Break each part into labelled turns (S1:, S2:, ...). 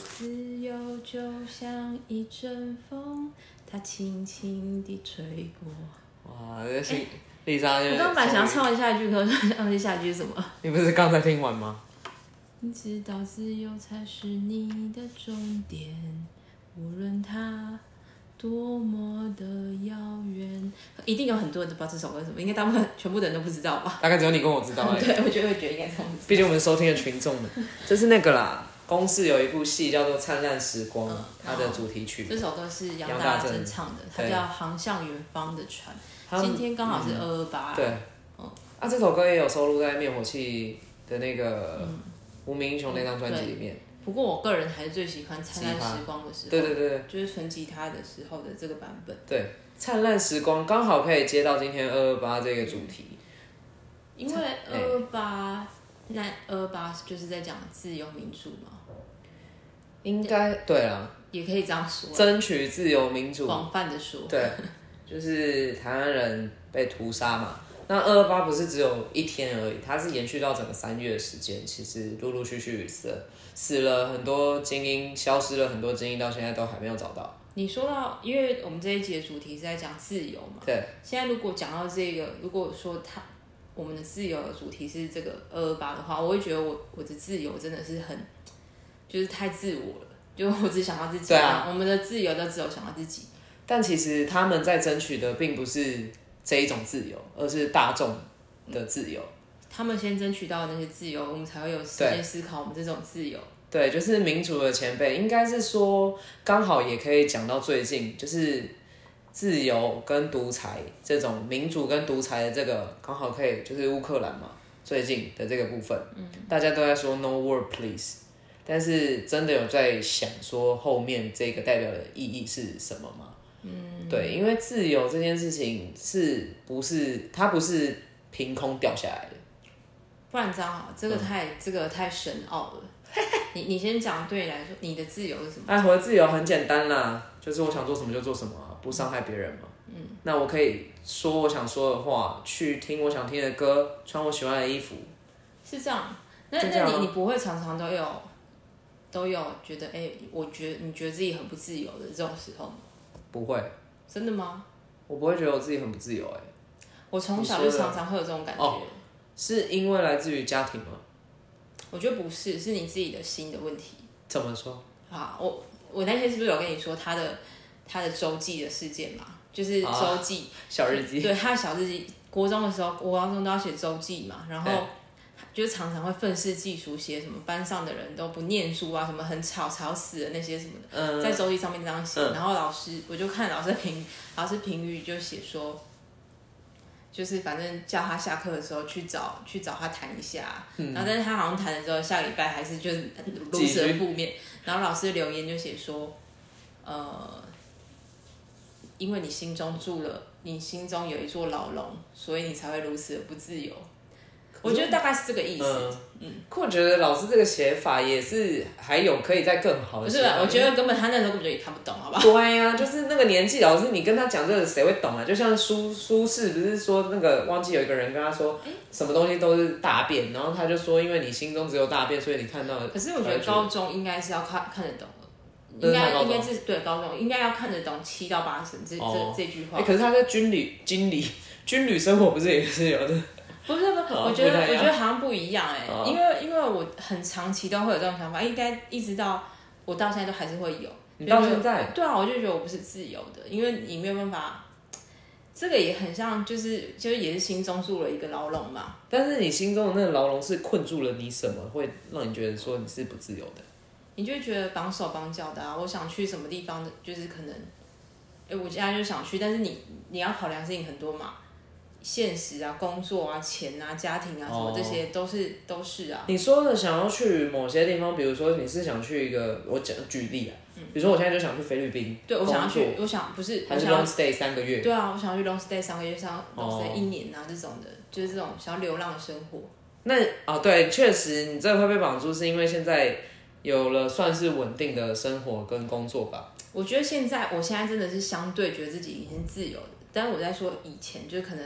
S1: 自由就像一阵风，它轻轻地吹过。
S2: 哇，这是丽莎就
S1: 哎
S2: 是。
S1: 我刚本来想要唱完下一句，可是忘记下一句是什么。
S2: 你不是刚才听完吗？
S1: 你知道自由才是你的终点，无论它多么的遥远。一定有很多人都不知道这首歌是什么，应该大部分全部的人都不知道吧？
S2: 大概只有你跟我知道而 已。
S1: 对，我觉得我觉得应该这样子。
S2: 毕竟我们收听的群众 们，这是那个啦。公视有一部戏叫做《灿烂时光》，
S1: 嗯
S2: 它的主题曲
S1: 这首歌是杨
S2: 杨
S1: 大
S2: 大
S1: 正
S2: 正
S1: 唱的，它
S2: 对
S1: 叫《航向远方的船
S2: 他》。们
S1: 今天哦刚好是二二八，
S2: 对，啊，这首歌也有收录在灭火器的那个《
S1: 嗯
S2: 无名英雄》那张专辑里面。
S1: 不过我个人还是最喜欢《灿烂
S2: 吉他
S1: 时光》的时候，
S2: 对对对
S1: 就是纯吉他的时候的这个版本，
S2: 对，《灿烂时光》刚好可以接到今天二二八这个主题。
S1: 因为二八那二八就是在讲自由民主嘛，
S2: 应该对啦，
S1: 也可以这样说，
S2: 争取自由民主，
S1: 广泛的说，
S2: 对，就是台湾人被屠杀嘛。那二二八不是只有一天而已，它是延续到整个三月的时间，其实陆陆续续死了死了很多精英，消失了很多精英，到现在都还没有找到。
S1: 你说到，因为我们这一集的主题是在讲自由嘛，
S2: 对，
S1: 现在如果讲到这个，如果说他我们的自由的主题是这个二二八的话，我会觉得我我的自由真的是很，就是太自我了，就我只想要自己、
S2: 对啊，
S1: 我们的自由都只有想要自己，
S2: 但其实他们在争取的并不是这一种自由，而是大众的自由。
S1: 他们先争取到那些自由，我们才会有时间思考我们这种自由。
S2: 对，就是民主的前辈，应该是说刚好也可以讲到最近，就是自由跟独裁这种民主跟独裁的这个刚好可以，就是乌克兰嘛，最近的这个部分，嗯，大家都在说 no war please，但是真的有在想说后面这个代表的意义是什么吗？嗯，对，因为自由这件事情是不是它不是凭空掉下来的？
S1: 不然这样好，
S2: 嗯
S1: 这个太、这个太深奥了。 你你先讲，对你来说，你的自由是什么？
S2: 哎，我的自由很简单啦，就是我想做什么就做什么啊，不伤害别人嘛。嗯，那我可以说我想说的话，去听我想听的歌，穿我喜欢的衣服。
S1: 是这样，那
S2: 就这
S1: 那
S2: 样
S1: 你
S2: 啊
S1: 你不会常常都有都有觉得，哎、我觉得你觉得自己很不自由的这种时候吗？
S2: 不会，
S1: 真的吗？
S2: 我不会觉得我自己很不自由、欸。
S1: 我从小就常常会有这种感觉。
S2: 哦是因为来自于家庭吗？
S1: 我觉得不是，是你自己的心的问题。
S2: 怎么说？
S1: 啊，我我那天是不是有跟你说他的他的周记的事件嘛？就是
S2: 啊
S1: 周记，
S2: 小日 记。
S1: 对他的小日记，国中的时候，国高中都要写周记嘛，然后就
S2: 对
S1: 常常会愤世嫉俗，写什么班上的人都不念书啊，什么很吵吵死了那些什么的，
S2: 嗯，
S1: 在周记上面这样写。然后老师，我就看老师的评， 老师评语就写说。就是反正叫他下课的时候去找去找他谈一下，然后但是他好像谈了之后，下礼拜还是就是如
S2: 继
S1: 此
S2: 续
S1: 的负面。然后老师留言就写说，呃，因为你心中住了，你心中有一座牢笼，所以你才会如此的不自由。我觉得大概是这个意思，
S2: 嗯可我觉得老师这个写法也是还有可以再更好
S1: 不
S2: 的
S1: 是
S2: 写法。
S1: 吧？我觉得根本他那时候根本就也看不懂，好啊不好？
S2: 对呀、就是那个年纪，老师你跟他讲这个谁会懂啊？就像苏苏轼不是说那个忘记有一个人跟他说什么东西都是大便，然后他就说因为你心中只有大便，所以你看到的。
S1: 可是我觉得高中应该是要看看得懂的，应
S2: 那是
S1: 该
S2: 他高
S1: 应
S2: 中
S1: 该是对高中应该要看得懂七到八成这、
S2: 哦
S1: 这这句话。
S2: 哎、可是他在军旅军旅军旅生活不是也是有的？
S1: 不是不是，
S2: 哦
S1: 我觉得
S2: 不太一
S1: 我
S2: 样
S1: 觉得好像不一样哎、
S2: 哦
S1: 因为因为我很长期都会有这种想法，应该一直到我到现在都还是会有。
S2: 你到现在
S1: 对啊，我就觉得我不是自由的，因为你没有办法。这个也很像，就是就是也是心中住了一个牢笼嘛。
S2: 但是你心中的那个牢笼是困住了你什么，会让你觉得说你是不自由的？
S1: 你就会觉得绑手绑脚的啊，我想去什么地方的，就是可能，哎，我现在就想去，但是你你要考量的事情很多嘛，现实啊、工作啊、钱啊、家庭啊，什么
S2: 哦
S1: 这些都是都是啊。
S2: 你说的想要去某些地方，比如说你是想去一个，我讲举例啊，比如说我现在就想去菲律宾，
S1: 对，我想要去
S2: 工，
S1: 我想不是
S2: 作，，
S1: 嗯
S2: 还
S1: 我
S2: 是
S1: 想要
S2: long stay 三个月，
S1: 对啊，我想要去 long stay 三个月，想要 long stay
S2: 哦
S1: 一年啊，这种的，就是这种想要流浪的生活。
S2: 那啊，对，确实你这个会被绑住，是因为现在有了算是稳定的生活跟工作吧。
S1: 我觉得现在，我现在真的是相对觉得自己已经自由了，但我在说以前，就是可能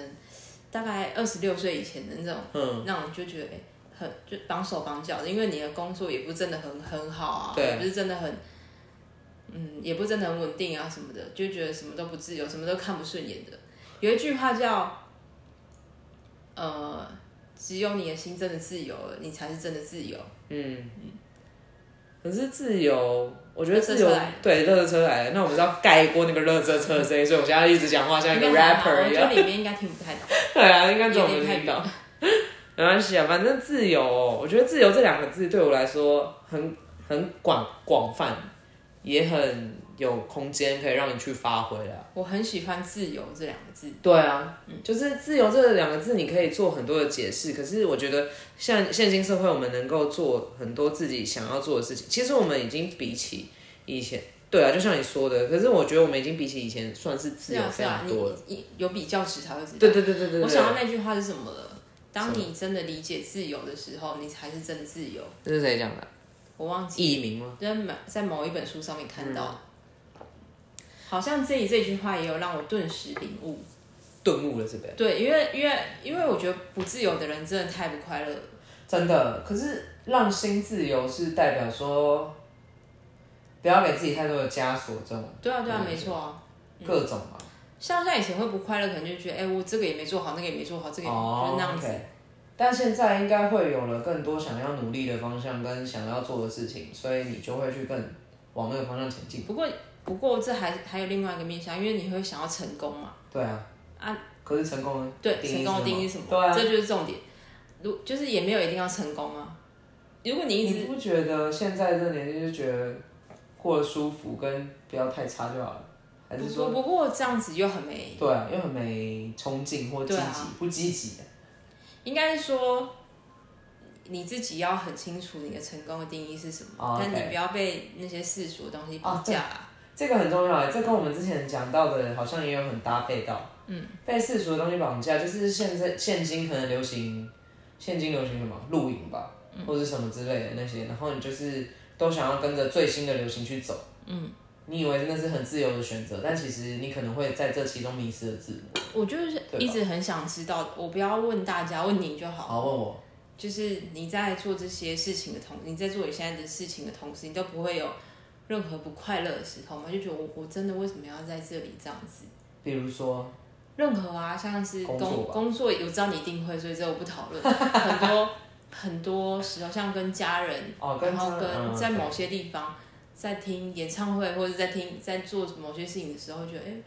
S1: 大概二十六岁以前的那种，
S2: 嗯，
S1: 那种就觉得哎、很就绑手绑脚的，因为你的工作也不是真的很很好啊，
S2: 对
S1: 也不是真的很，嗯，也不是真的很稳定啊什么的，就觉得什么都不自由，什么都看不顺眼的。有一句话叫，呃，只有你的心真的自由了，你才是真的自由。
S2: 可是自由，我觉得自由
S1: 垃圾车来了
S2: 对，乐色车来了，那我们是要盖过那个乐色车的声音，所以我现在一直讲话像一个
S1: 应该还好
S2: rapper 一
S1: 我。
S2: 样
S1: 觉得里面应该听不太懂。
S2: 对啊，应该这种
S1: 有点
S2: 能
S1: 太
S2: 听到。 没关系啊，反正自由、哦，我觉得自由这两个字对我来说很很广广泛，也很有空间可以让你去发挥啊。
S1: 我很喜欢“自由”这两个字，
S2: 对啊，
S1: 嗯
S2: 就是自由这两个字，你可以做很多的解释。可是我觉得，像现今社会，我们能够做很多自己想要做的事情。其实我们已经比起以前，对啊，就像你说的，可是我觉得我们已经比起以前算是自
S1: 是
S2: 由
S1: 啊是
S2: 非
S1: 啊，
S2: 常
S1: 你
S2: 多了。
S1: 你有比较时才会知道。
S2: 对对对对对对，
S1: 我想到那句话是什么了？当你真的理解自由的时候，你才是真的自由。
S2: 这是谁讲的？
S1: 我忘记，
S2: 艺名吗？
S1: 在某在某一本书上面看到，
S2: 嗯
S1: 好像这这句话也有让我顿时领悟。
S2: 顿悟了，是呗？
S1: 对，因为因为因为我觉得不自由的人真的太不快乐了。
S2: 真的，可是让心自由是代表说，不要给自己太多的枷锁，这种
S1: 对啊，对啊，
S2: 嗯
S1: 没错啊。
S2: 各种嘛。
S1: 像像以前会不快乐，可能就觉得，哎、我这个也没做好，那个也没做好，这个也、就是那样子。
S2: 哦 OK 但现在应该会有了更多想要努力的方向跟想要做的事情，所以你就会去更往那个方向前进。
S1: 不过不过这还还有另外一个面向，因为你会想要成功嘛。
S2: 对啊。
S1: 啊。
S2: 可是成功呢？
S1: 对，
S2: 定义
S1: 成功的定义
S2: 是
S1: 是什么？
S2: 对啊。
S1: 这就是重点。如就是也没有一定要成功啊。如果你一直
S2: 你不觉得现在这个年纪就觉得过得舒服跟不要太差就好了？还
S1: 不
S2: 是
S1: 不
S2: 说
S1: 不过这样子又很没，
S2: 对啊，又很没冲劲或积
S1: 对
S2: 极，
S1: 啊
S2: 不积极啊
S1: 应该是说你自己要很清楚你的成功的定义是什么，
S2: 哦
S1: 但你
S2: OK
S1: 不要被那些世俗的东西
S2: 哦
S1: 绑架啊。
S2: 这个很重要欸，这跟我们之前讲到的好像也有很搭配到。嗯，被世俗的东西绑架，就是现在现今可能流行，现今流行什么露营吧，或者什么之类的那些，然后你就是都想要跟着最新的流行去走。嗯，你以为那是很自由的选择，但其实你可能会在这其中迷失了自我。
S1: 我就是
S2: 对吧
S1: 一直很想知道，我不要问大家，问你就好。
S2: 好，问我，
S1: 就是你在做这些事情的同，你在做你现在的事情的同时，你都不会有任何不快乐的时候吗？就觉得我我真的为什么要在这里这样子？
S2: 比如说，
S1: 任何啊，像是
S2: 工
S1: 工
S2: 作吧
S1: 工作，我知道你一定会，所以这我不讨论。很多 很多时候，像跟家人，
S2: 哦，跟
S1: 然后
S2: 他
S1: 跟
S2: 嗯
S1: 在
S2: 对
S1: 某些地方，在听演唱会或者在听在做某些事情的时候，觉得哎、诶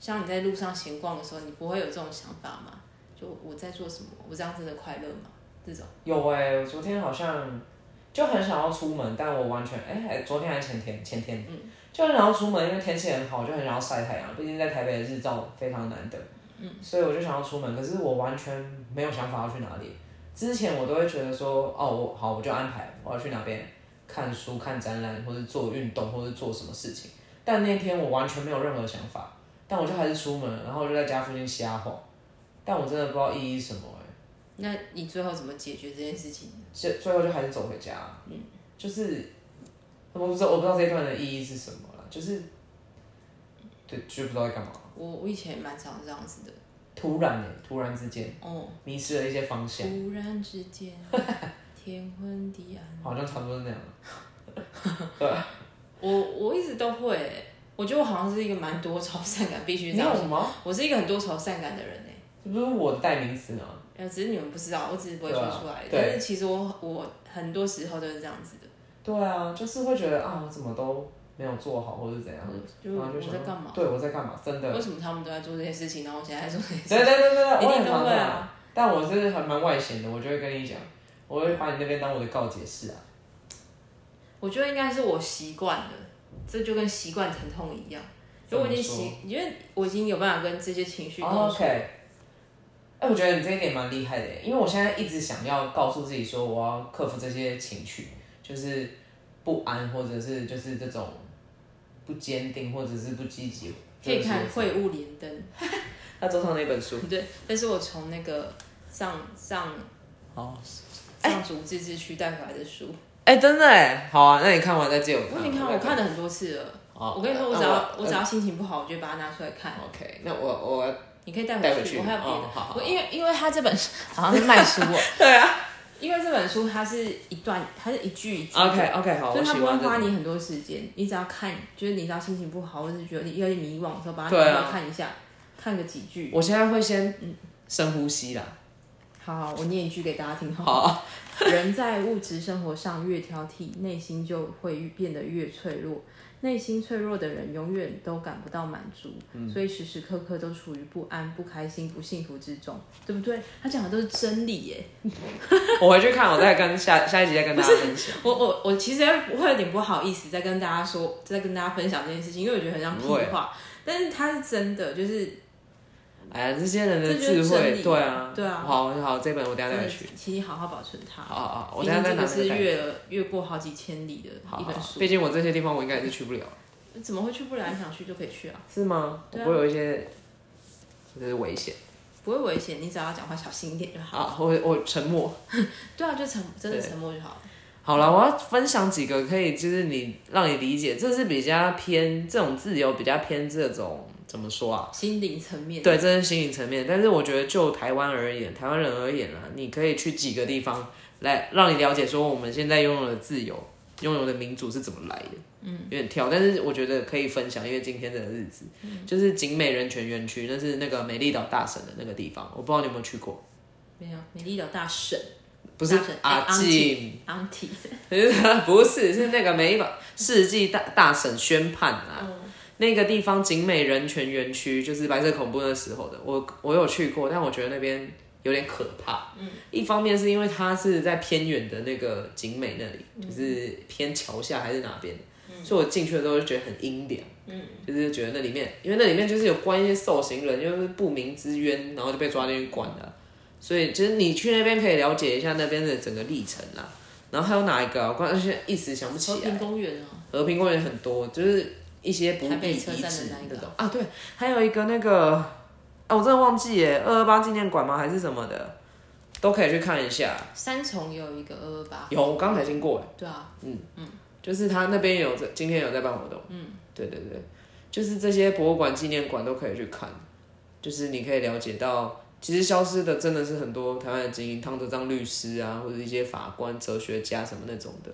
S1: 像你在路上闲逛的时候，你不会有这种想法吗？就我在做什么？我这样真的快乐吗？这种
S2: 有哎、我昨天好像就很想要出门，但我完全哎、还昨天还是前天前天，就很想要出门，因为天气很好，就很想要晒太阳。毕竟在台北的日照非常难得，所以我就想要出门，可是我完全没有想法要去哪里。之前我都会觉得说，哦，我好，我就安排我要去哪边看书、看展览，或者做运动，或者做什么事情。但那天我完全没有任何想法，但我就还是出门，然后我就在家附近瞎晃，但我真的不知道意义是什么、欸。
S1: 那你最后怎么解决这件事情？
S2: 最最后就还是走回家。嗯，就是我不知道我不知道这一段的意义是什么了，就是对，就不知道在干嘛。
S1: 我我以前也蛮常这样子的，
S2: 突然、欸、突然之间
S1: 哦，
S2: 迷失了一些方向，
S1: 突然之间天昏地暗。
S2: 好像差不多是那样了。
S1: 我我一直都会欸、我觉得我好像是一个蛮多愁善感，必须
S2: 你
S1: 这样
S2: 有
S1: 说。
S2: 吗？
S1: 我是一个很多愁善感的人哎、
S2: 这不是我的代名词吗？
S1: 呃，只是你们不知道，我只是不会说出来。
S2: 对啊
S1: 但是其实我我很多时候都是这样子的，
S2: 对啊，就是会觉得啊，我怎么都没有做好，或者怎样。
S1: 就是
S2: 嗯然后
S1: 我
S2: 就想
S1: 在干嘛？
S2: 对，我在干嘛？真的。
S1: 为什么他们都在做这些事情，然后我现在在做这些
S2: 对
S1: 事
S2: 对对对对，
S1: 情？
S2: 我
S1: 一定
S2: 也
S1: 都
S2: 常
S1: 会
S2: 这样。
S1: 啊。
S2: 但我是还蛮外显的，我就会跟你讲，我会把你那边当我的告解式啊。
S1: 我觉得应该是我习惯了，这就跟习惯疼痛一样。因为我已经
S2: 怎么说
S1: 习，因为我已经有办法跟这些情绪共
S2: 哦
S1: 处。
S2: OK，哎、我觉得你这一点蛮厉害的耶，因为我现在一直想要告诉自己说，我要克服这些情绪，就是不安，或者是就是这种不坚定，或者是不积极。
S1: 可以看
S2: 就
S1: 《
S2: 是
S1: 会物连灯
S2: 他桌上那本书。》，
S1: 对，但是我从那个上上
S2: 哦，
S1: 上竹自治区带回来的书，
S2: 哎、真的哎，好啊，那你看完再借我
S1: 我已经看
S2: 我
S1: 我看了很多次了。
S2: 哦
S1: 我跟你说，我
S2: 那
S1: 只要
S2: 我嗯
S1: 我只要心情不好，我就把它拿出来看。
S2: OK，那我我
S1: 你可以带
S2: 带回
S1: 回
S2: 去
S1: 去，我还有别
S2: 哦
S1: 的
S2: 好好。
S1: 我因为因为他这本书好像是卖书哦，
S2: 对啊，
S1: 因为这本书它是一段，它是一句一句的
S2: OK OK，好，
S1: 所
S2: 我
S1: 以它
S2: 喜
S1: 不会
S2: 欢这
S1: 花
S2: 种。
S1: 你很多时间，你只要看，就是你知道心情不好，或者是觉得你有点迷惘的时候，把它
S2: 对啊
S1: 拿出来看一下，看个几句。
S2: 我现在会先深呼吸啦。
S1: 好，我念一句给大家听好了。
S2: 好，
S1: 人在物质生活上越挑剔，内心就会变得越脆弱。内心脆弱的人，永远都感不到满足，
S2: 嗯
S1: 所以时时刻刻都处于不安、不开心、不幸福之中，对不对？他讲的都是真理耶。
S2: 我回去看，我再跟下下一集再跟大家分享。
S1: 我我我其实会有点不好意思再跟大家说，再跟大家分享这件事情，因为我觉得很像屁
S2: 不会啊
S1: 话。但是它是真的，就是
S2: 哎呀，这些人的
S1: 这就是
S2: 智
S1: 真
S2: 慧，
S1: 理
S2: 对啊，
S1: 对啊
S2: 好，好，这本我等一下
S1: 真
S2: 再
S1: 的
S2: 去。，
S1: 请你好好保存它。
S2: 好好好，我
S1: 毕
S2: 等一
S1: 竟
S2: 下
S1: 这个
S2: 再拿那个
S1: 是
S2: 带
S1: 越越过好几千里的
S2: 好
S1: 一
S2: 好
S1: 本
S2: 好
S1: 书，
S2: 毕竟我这些地方我应该也是去不了，
S1: 怎么会去不了？你想去就可以去啊，
S2: 是吗？我
S1: 对啊
S2: 不会有一些就是危险
S1: 不会危险。你只要讲话小心一点就好。
S2: 啊，我我沉默。
S1: 对啊，就沉，真的
S2: 对
S1: 沉默就好了。
S2: 好了，我要分享几个可以，就是你让你理解，这是比较偏这种自由，比较偏这种怎么说啊？
S1: 心灵层面，
S2: 对，这是心理层面。但是我觉得就台湾而言，台湾人而言啊，你可以去几个地方来让你了解说我们现在拥有的自由、拥有的民主是怎么来的。嗯，有点跳，但是我觉得可以分享，因为今天这个日子、
S1: 嗯
S2: 就是景美人权园区，那是那个美丽岛大神的那个地方，我不知道你有没有去过。
S1: 没有美丽岛大婶，
S2: 不是
S1: 大神哎
S2: 阿静，
S1: auntie，
S2: 不是是那个美丽岛世纪大大神宣判啊，那个地方景美人权园区，就是白色恐怖那时候的，我我有去过，但我觉得那边有点可怕。嗯，一方面是因为它是在偏远的那个景美那里，就是偏桥下还是哪边，所以我进去的时候就觉得很阴凉。嗯，就是觉得那里面，因为那里面就是有关一些受刑人，因为不明之冤，然后就被抓进去关了。所以其实你去那边可以了解一下那边的整个历程啦。然后还有哪一个、啊？我刚现在一时想不起
S1: 和
S2: 来。
S1: 平公园哦，
S2: 和平公园很多，就是一些不
S1: 台
S2: 必
S1: 北
S2: 遗
S1: 车站的
S2: 址
S1: 那一
S2: 那
S1: 个
S2: 种啊。对，还有一个那个，啊，我真的忘记耶，二二八纪念馆吗？还是什么的，都可以去看一下。
S1: 三重也有一个二二八，
S2: 有，我刚才经过耶，
S1: 对啊，
S2: 就是他那边有在今天有在办活动。嗯，对对对，就是这些博物馆、纪念馆都可以去看，就是你可以了解到。其实消失的真的是很多台湾的精英，汤德章律师啊，或者一些法官、哲学家什么那种的，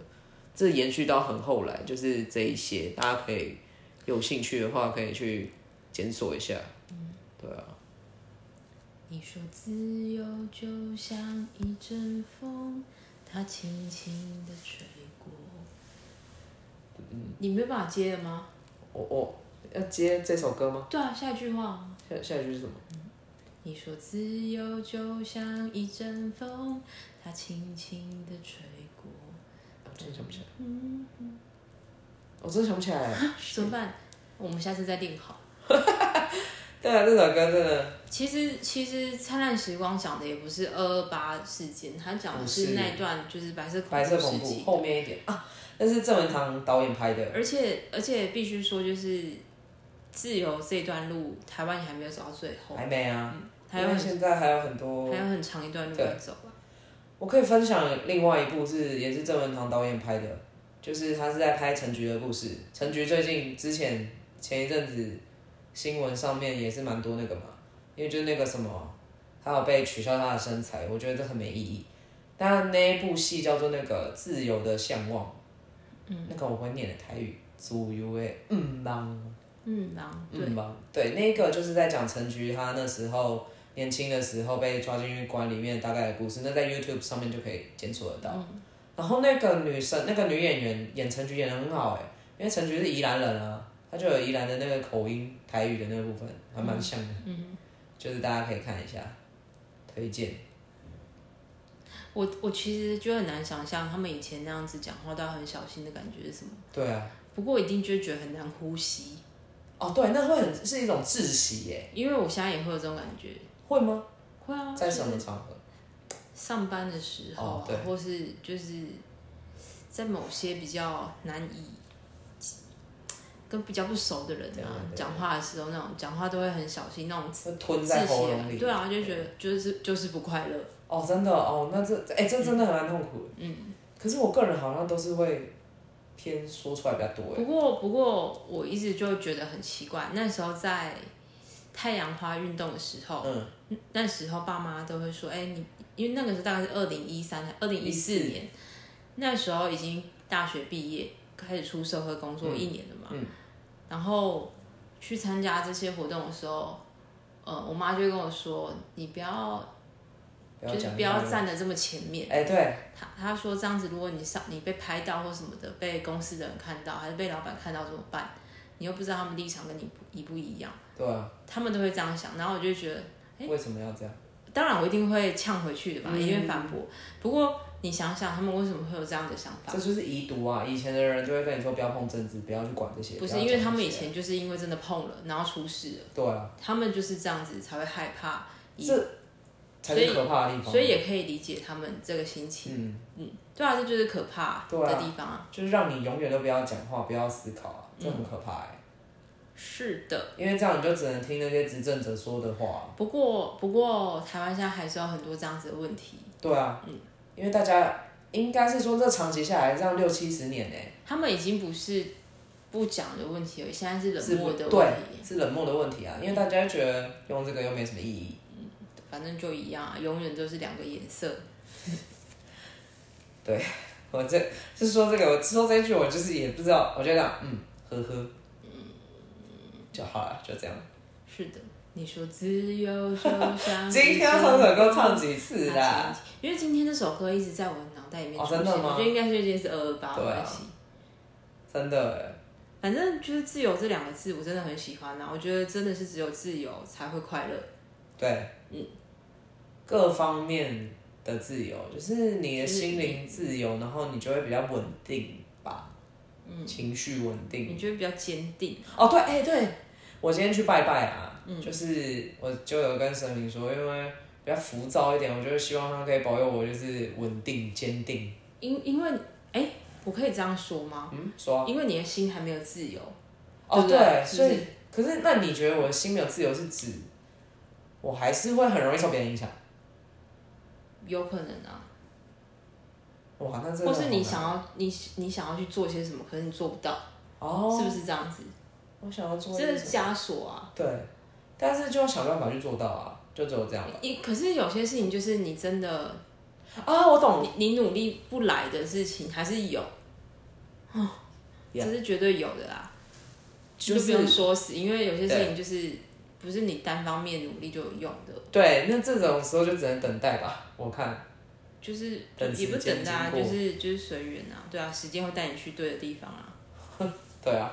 S2: 这延续到很后来，就是这一些，大家可以有兴趣的话可以去检索一下。对啊，
S1: 你说自由就像一阵风，它轻轻的吹过。你没有办法接了吗？
S2: 我我要接这首歌吗？
S1: 对啊，下一句话。
S2: 下下一句是什么？
S1: 你说自由就像一阵风，它轻轻的吹过。
S2: 我真的想不起来。我真的想不起 来。
S1: 啊怎么办？我们下次再定好。
S2: 对啊，这首歌真的
S1: 其实，其实《灿烂时光》讲的也不是二二八事件，它讲的
S2: 不
S1: 是
S2: 哦是
S1: 那一段就是白色恐
S2: 白色
S1: 怖时
S2: 恐怖
S1: 期。
S2: 后面一点啊，那是郑文堂导演拍的。
S1: 而且，而且必须说，就是自由这段路，台湾也还没有走到最后，
S2: 还没啊，
S1: 哦还
S2: 因
S1: 有
S2: 为
S1: 很
S2: 现在还有很多
S1: 还。有很长一段路要走啊。
S2: 我可以分享另外一部是也是郑文堂导演拍的，就是他是在拍陈菊的故事。陈菊最近之前前一阵子新闻上面也是蛮多那个嘛，因为就是那个什么，他有被取消他的身材，我觉得这很没意义。但那一部戏叫做那个《自由的向往》，嗯，那个我会念的台语，自由的嗯浪。
S1: 嗯，然后对，
S2: 嗯吧？对，那个就是在讲陈菊她那时候年轻的时候被抓进去关里面大概的故事，那在 YouTube 上面就可以检索得到。然后那个女生，那个女演员演陈菊演的很好哎、因为陈菊是宜兰人啊，她就有宜兰的那个口音，台语的那个部分还蛮像的，嗯，就是大家可以看一下，推荐。
S1: 我我其实就很难想象他们以前那样子讲话都要很小心的感觉是什么。
S2: 对啊，
S1: 不过一定就觉得很难呼吸，
S2: 哦对，那会很是一种窒息耶、
S1: 因为我现在也会有这种感觉。
S2: 会吗？
S1: 会啊，
S2: 在
S1: 就是
S2: 什么场合？
S1: 上班的时候啊、
S2: 哦对
S1: 或是就是在某些比较难以跟比较不熟的人
S2: 对
S1: 啊
S2: 对对
S1: 讲话的时候，那种讲话都会很小心，那种
S2: 会吞
S1: 自
S2: 在喉咙
S1: 信，
S2: 里。
S1: 对啊，就觉得就是就是不快乐。
S2: 哦，真的哦，那这哎、这真的很蛮痛苦的。嗯。可是我个人好像都是会偏说出来比较多哎。
S1: 不过不过，我一直就觉得很奇怪，那时候在太阳花运动的时候，
S2: 嗯，
S1: 那时候爸妈都会说，哎、你因为那个时候大概是二零一三、二零一四
S2: 14
S1: 年，那时候已经大学毕业，开始出社会工作一年了嘛，
S2: 嗯
S1: 然后去参加这些活动的时候，呃，我妈就会跟我说，你不要
S2: 不
S1: 就是
S2: 讲
S1: 不要站的这么前面。
S2: 哎、对，
S1: 她她说这样子，如果你上你被拍到或什么的，被公司的人看到，还是被老板看到怎么办？你又不知道他们立场跟你不一不一样，
S2: 对啊，
S1: 他们都会这样想，然后我就觉得。
S2: 为什么要这样？
S1: 当然我一定会呛回去的吧，
S2: 嗯
S1: 因为反驳。不过你想想，他们为什么会有这样的想法
S2: 这？就是遗毒啊！以前的人就会跟你说不要碰政治，不要去管这些。
S1: 不是
S2: 要
S1: 因
S2: 讲
S1: 为他们
S2: 这
S1: 以
S2: 些
S1: 前就是因为真的碰了，然后出事了，
S2: 对啊，
S1: 他们就是这样子才会害怕，以
S2: 这才
S1: 所以
S2: 是可怕的地方。啊
S1: 所以也可以理解他们这个心情。
S2: 嗯，
S1: 对啊，这就是可怕
S2: 对啊
S1: 的地方啊。
S2: 就是让你永远都不要讲话，不要思考啊，
S1: 嗯
S2: 这很可怕哎、
S1: 是的，
S2: 因为这样你就只能听那些执政者说的话。
S1: 不过不过台湾现在还是有很多这样子的问题，
S2: 对啊，
S1: 嗯
S2: 因为大家应该是说这长期下来这样六七十年哎、
S1: 他们已经不是不讲的问题了，现在是冷
S2: 是
S1: 漠的
S2: 对
S1: 问题，
S2: 是冷漠的问题啊，因为大家觉得用这个又没什么意义。
S1: 反正就一样啊，永远都是两个颜色。
S2: 我这是说这个，我说这一句我就是也不知道，我就这样嗯呵呵，就好了，就这样。
S1: 是的，你说自由就 像
S2: 今天要唱这首歌唱几次
S1: 啊
S2: 啦？，
S1: 因为今天这首歌一直在我脑袋里面
S2: 哦
S1: 出现，
S2: 真的吗
S1: 我觉得应该是一件是二二八的
S2: 对啊
S1: 关系。嗯
S2: 真的欸。
S1: 反正就是“自由”这两个字，我真的很喜欢啊！我觉得真的是只有自由才会快乐。
S2: 对，嗯，各方面的自由，就是你的心灵自由，然后你就会比较稳定吧，嗯，情绪稳定。
S1: 你就会比较坚定，
S2: 哦，对，哎、对，我今天去拜拜啊，
S1: 嗯
S2: 就是我就有跟神明说，因为比较浮躁一点，我就是希望他可以保佑我，就是稳定坚定。
S1: 因因为哎、我可以这样说吗？
S2: 嗯，说啊、
S1: 因为你的心还没有自由，对
S2: 哦，
S1: 不对
S2: 对，
S1: 是不
S2: 所以可是那你觉得我的心没有自由是指，我还是会很容易受别人影响？
S1: 有可能啊，
S2: 哇，那这个
S1: 或是你
S2: 好难
S1: 想要你你想要去做些什么，可是你做不到，
S2: 哦，
S1: 是不是这样子？
S2: 我想要做一
S1: 这是枷锁啊！
S2: 对，但是就要想办法去做到啊，就只有这样了。
S1: 你可是有些事情就是你真的
S2: 啊，我懂，
S1: 你你努力不来的事情还是有，哦，
S2: Yeah
S1: 这是绝对有的啦，
S2: 哦就是
S1: 不用说死，因为有些事情就是不是你单方面努力就有用的，
S2: 对，那这种时候就只能等待吧。我看，
S1: 就是
S2: 等时
S1: 也
S2: 间
S1: 不等啊，
S2: 经
S1: 就
S2: 过
S1: 是就是随缘啊，对啊，时间会带你去对的地方啊。
S2: 对啊，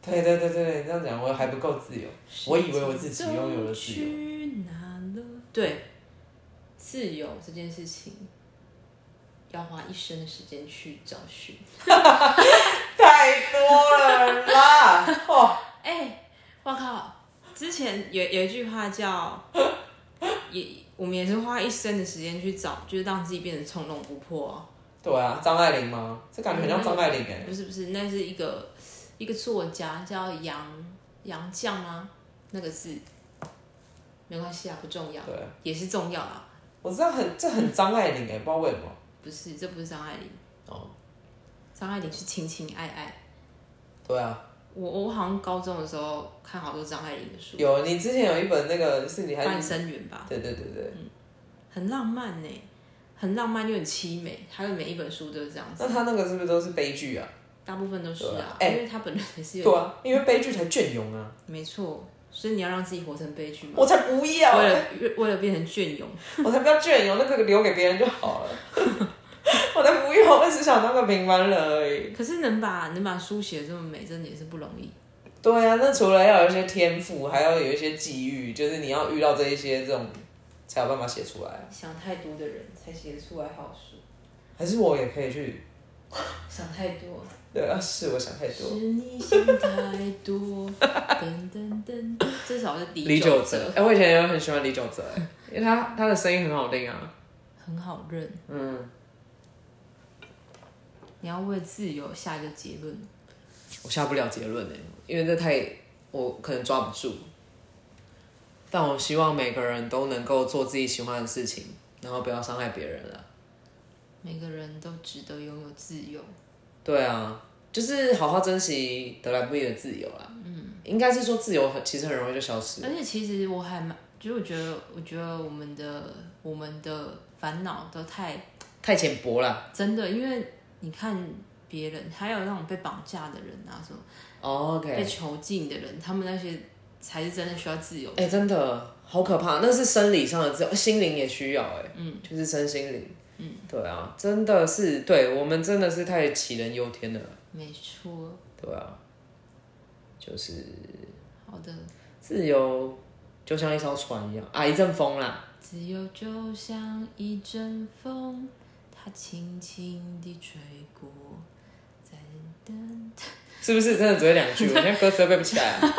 S2: 对对对对，你这样讲我还不够自由。我以为我自己拥有了自由
S1: 时间去哪了？对，自由这件事情。要花一生的时间去找寻。
S2: 太多了啦！ 哦，
S1: 哎、我靠！之前有有一句话叫， 也我们也是花一生的时间去找，就是让自己变得从容不迫哦、
S2: 对啊，张爱玲吗？这感觉很像张爱玲哎、
S1: 不是不是，那是一个一个作家叫杨杨绛吗？那个字没关系啊，不重要，
S2: 对，
S1: 也是重要啊。
S2: 我知道很这很张爱玲哎、不知道为什么。
S1: 不是，这不是张爱玲，
S2: 哦，
S1: 张爱玲是情情爱爱。
S2: 对啊，
S1: 我我好像高中的时候看好多张爱玲的书，
S2: 有你之前有一本那个是你还
S1: 半生缘吧。
S2: 对对对对，
S1: 很浪漫呢、很浪漫又很凄美，他的每一本书都是这样子，
S2: 那他那个是不是都是悲剧啊？
S1: 大部分都是
S2: 对
S1: 啊
S2: 啊，哎
S1: 因为他本人也是
S2: 对
S1: 有，
S2: 啊，因为悲剧才隽永啊！
S1: 没错，所以你要让自己活成悲剧嘛，
S2: 我才不要、
S1: 为
S2: 欸！
S1: 了为了变成隽永，
S2: 我才不要隽永，那个留给别人就好 了。我才不要，我只想当个平凡人而已。
S1: 可是能把能把书写得这么美，真的也是不容易，
S2: 对啊，那除了要有一些天赋，还要有一些际遇，就是你要遇到这一些这种，才有办法写出来。
S1: 想太多的人才写得出来好书，
S2: 还是我也可以去？
S1: 想太多，
S2: 对啊，是我想太
S1: 是
S2: 多。
S1: 你想太多，噔噔噔，至少是李九
S2: 哲，哎、我以前也很喜欢李玖哲、哎，因为他他的声音很好听啊。
S1: 很好认，
S2: 嗯，
S1: 你要为自由下一个结论，
S2: 我下不了结论哎、因为这太我可能抓不住。但我希望每个人都能够做自己喜欢的事情，然后不要伤害别人了。
S1: 每个人都值得拥有自由。
S2: 对啊，就是好好珍惜得来不易的自由啦。嗯，应该是说自由很其实很容易就消失了
S1: 而。且其实我还蛮，就是我觉得，我觉得我们的我们的烦恼都太
S2: 太浅薄了。
S1: 真的，因为你看别人，还有那种被绑架的人啊，什么
S2: 哦
S1: 被
S2: OK，
S1: 囚禁的人，他们那些才是真的需要自由。
S2: 哎、真的好可怕，那是生理上的自由，心灵也需要哎、嗯，就是身心灵。嗯，对啊，真的是，对我们真的是太杞人忧天了。
S1: 没错，
S2: 对啊，就是
S1: 好的，
S2: 自由就像一艘船一样啊，一阵风啦。
S1: 自由就像一阵风，它轻轻地吹过，在
S2: 是不是真的只会两句？我现在歌词都背不起来、 啊。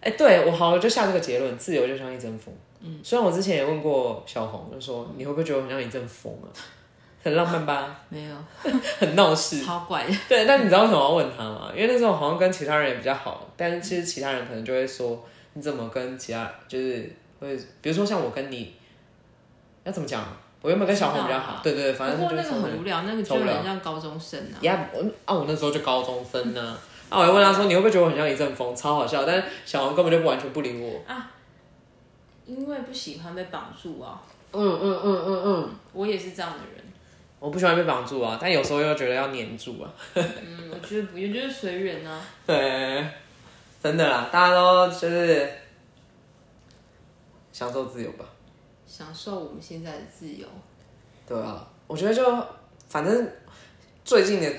S2: 哎、对我好，我就下这个结论：自由就像一阵风。嗯，虽然我之前也问过小红，就说你会不会觉得我很像一阵风啊？很浪漫吧，
S1: 没有
S2: 很闹市。
S1: 超怪的，
S2: 对，但你知道为什么要问他吗？因为那时候好像跟其他人也比较好，但是其实其他人可能就会说，你怎么跟其他就是会，比如说像我跟你，要怎么讲？我原本跟小红比较好，对对对，反正
S1: 不过
S2: 就
S1: 那
S2: 是
S1: 个
S2: 说
S1: 很无啊聊，那个就
S2: 受不了
S1: 很像高中生啊。
S2: 呀，我啊，我那时候就高中生呢、啊。我还问他说：“你会不会觉得我很像一阵风？”超好笑，但是小王根本就不完全不理我。
S1: 啊因为不喜欢被绑住啊，
S2: 嗯嗯嗯嗯嗯，
S1: 我也是这样的人。
S2: 我不喜欢被绑住啊，但有时候又觉得要黏住啊。
S1: 嗯，我觉得不，也就是随缘啊。
S2: 对，真的啦，大家都就是享受自由吧。
S1: 享受我们现在的自由。
S2: 对啊，我觉得就反正最近的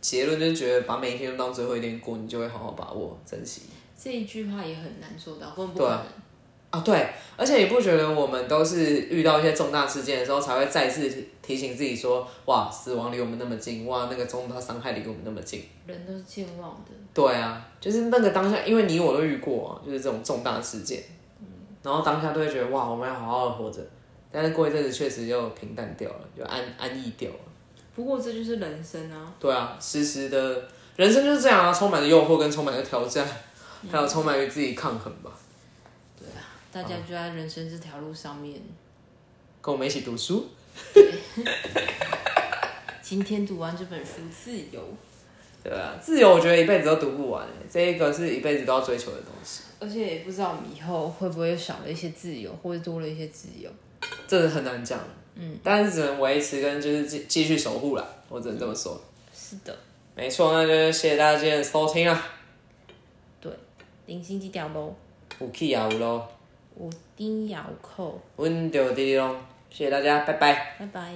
S2: 结论就是觉得把每一天都当最后一天过，你就会好好把握、珍惜。
S1: 这一句话也很难做到，根本不
S2: 对
S1: 可
S2: 啊
S1: 能。
S2: 啊，对，而且你不觉得我们都是遇到一些重大事件的时候，才会再次提醒自己说，哇，死亡离我们那么近，哇，那个重大伤害离我们那么近。
S1: 人都是健忘的，
S2: 对啊，就是那个当下，因为你我都遇过啊，就是这种重大事件，然后当下都会觉得哇，我们要好好的活着，但是过一阵子确实又平淡掉了，就安安逸掉了。
S1: 不过这就是人生啊。
S2: 对啊，时时的人生就是这样啊，充满了诱惑跟充满了挑战，还有充满于自己抗衡吧。
S1: 大
S2: 嗯
S1: 家就在人生这条路上面，
S2: 跟我们一起读书，
S1: 今天读完这本书《自由》，
S2: 对啊，自由我觉得一辈子都读不完、欸，这一个是一辈子都要追求的东西，
S1: 而且也不知道我们以后会不会少了一些自由，或者多了一些自由。
S2: 这很难讲。嗯，但是只能维持跟就是继继续守护啦，我只能这么说。
S1: 是的，
S2: 没错，那就是谢谢大家今天的收听啊，
S1: 对，零星几条喽，
S2: 有气也有咯，
S1: 我丁咬扣，
S2: 阮就滴滴咯，谢谢大家，拜拜。
S1: 拜拜。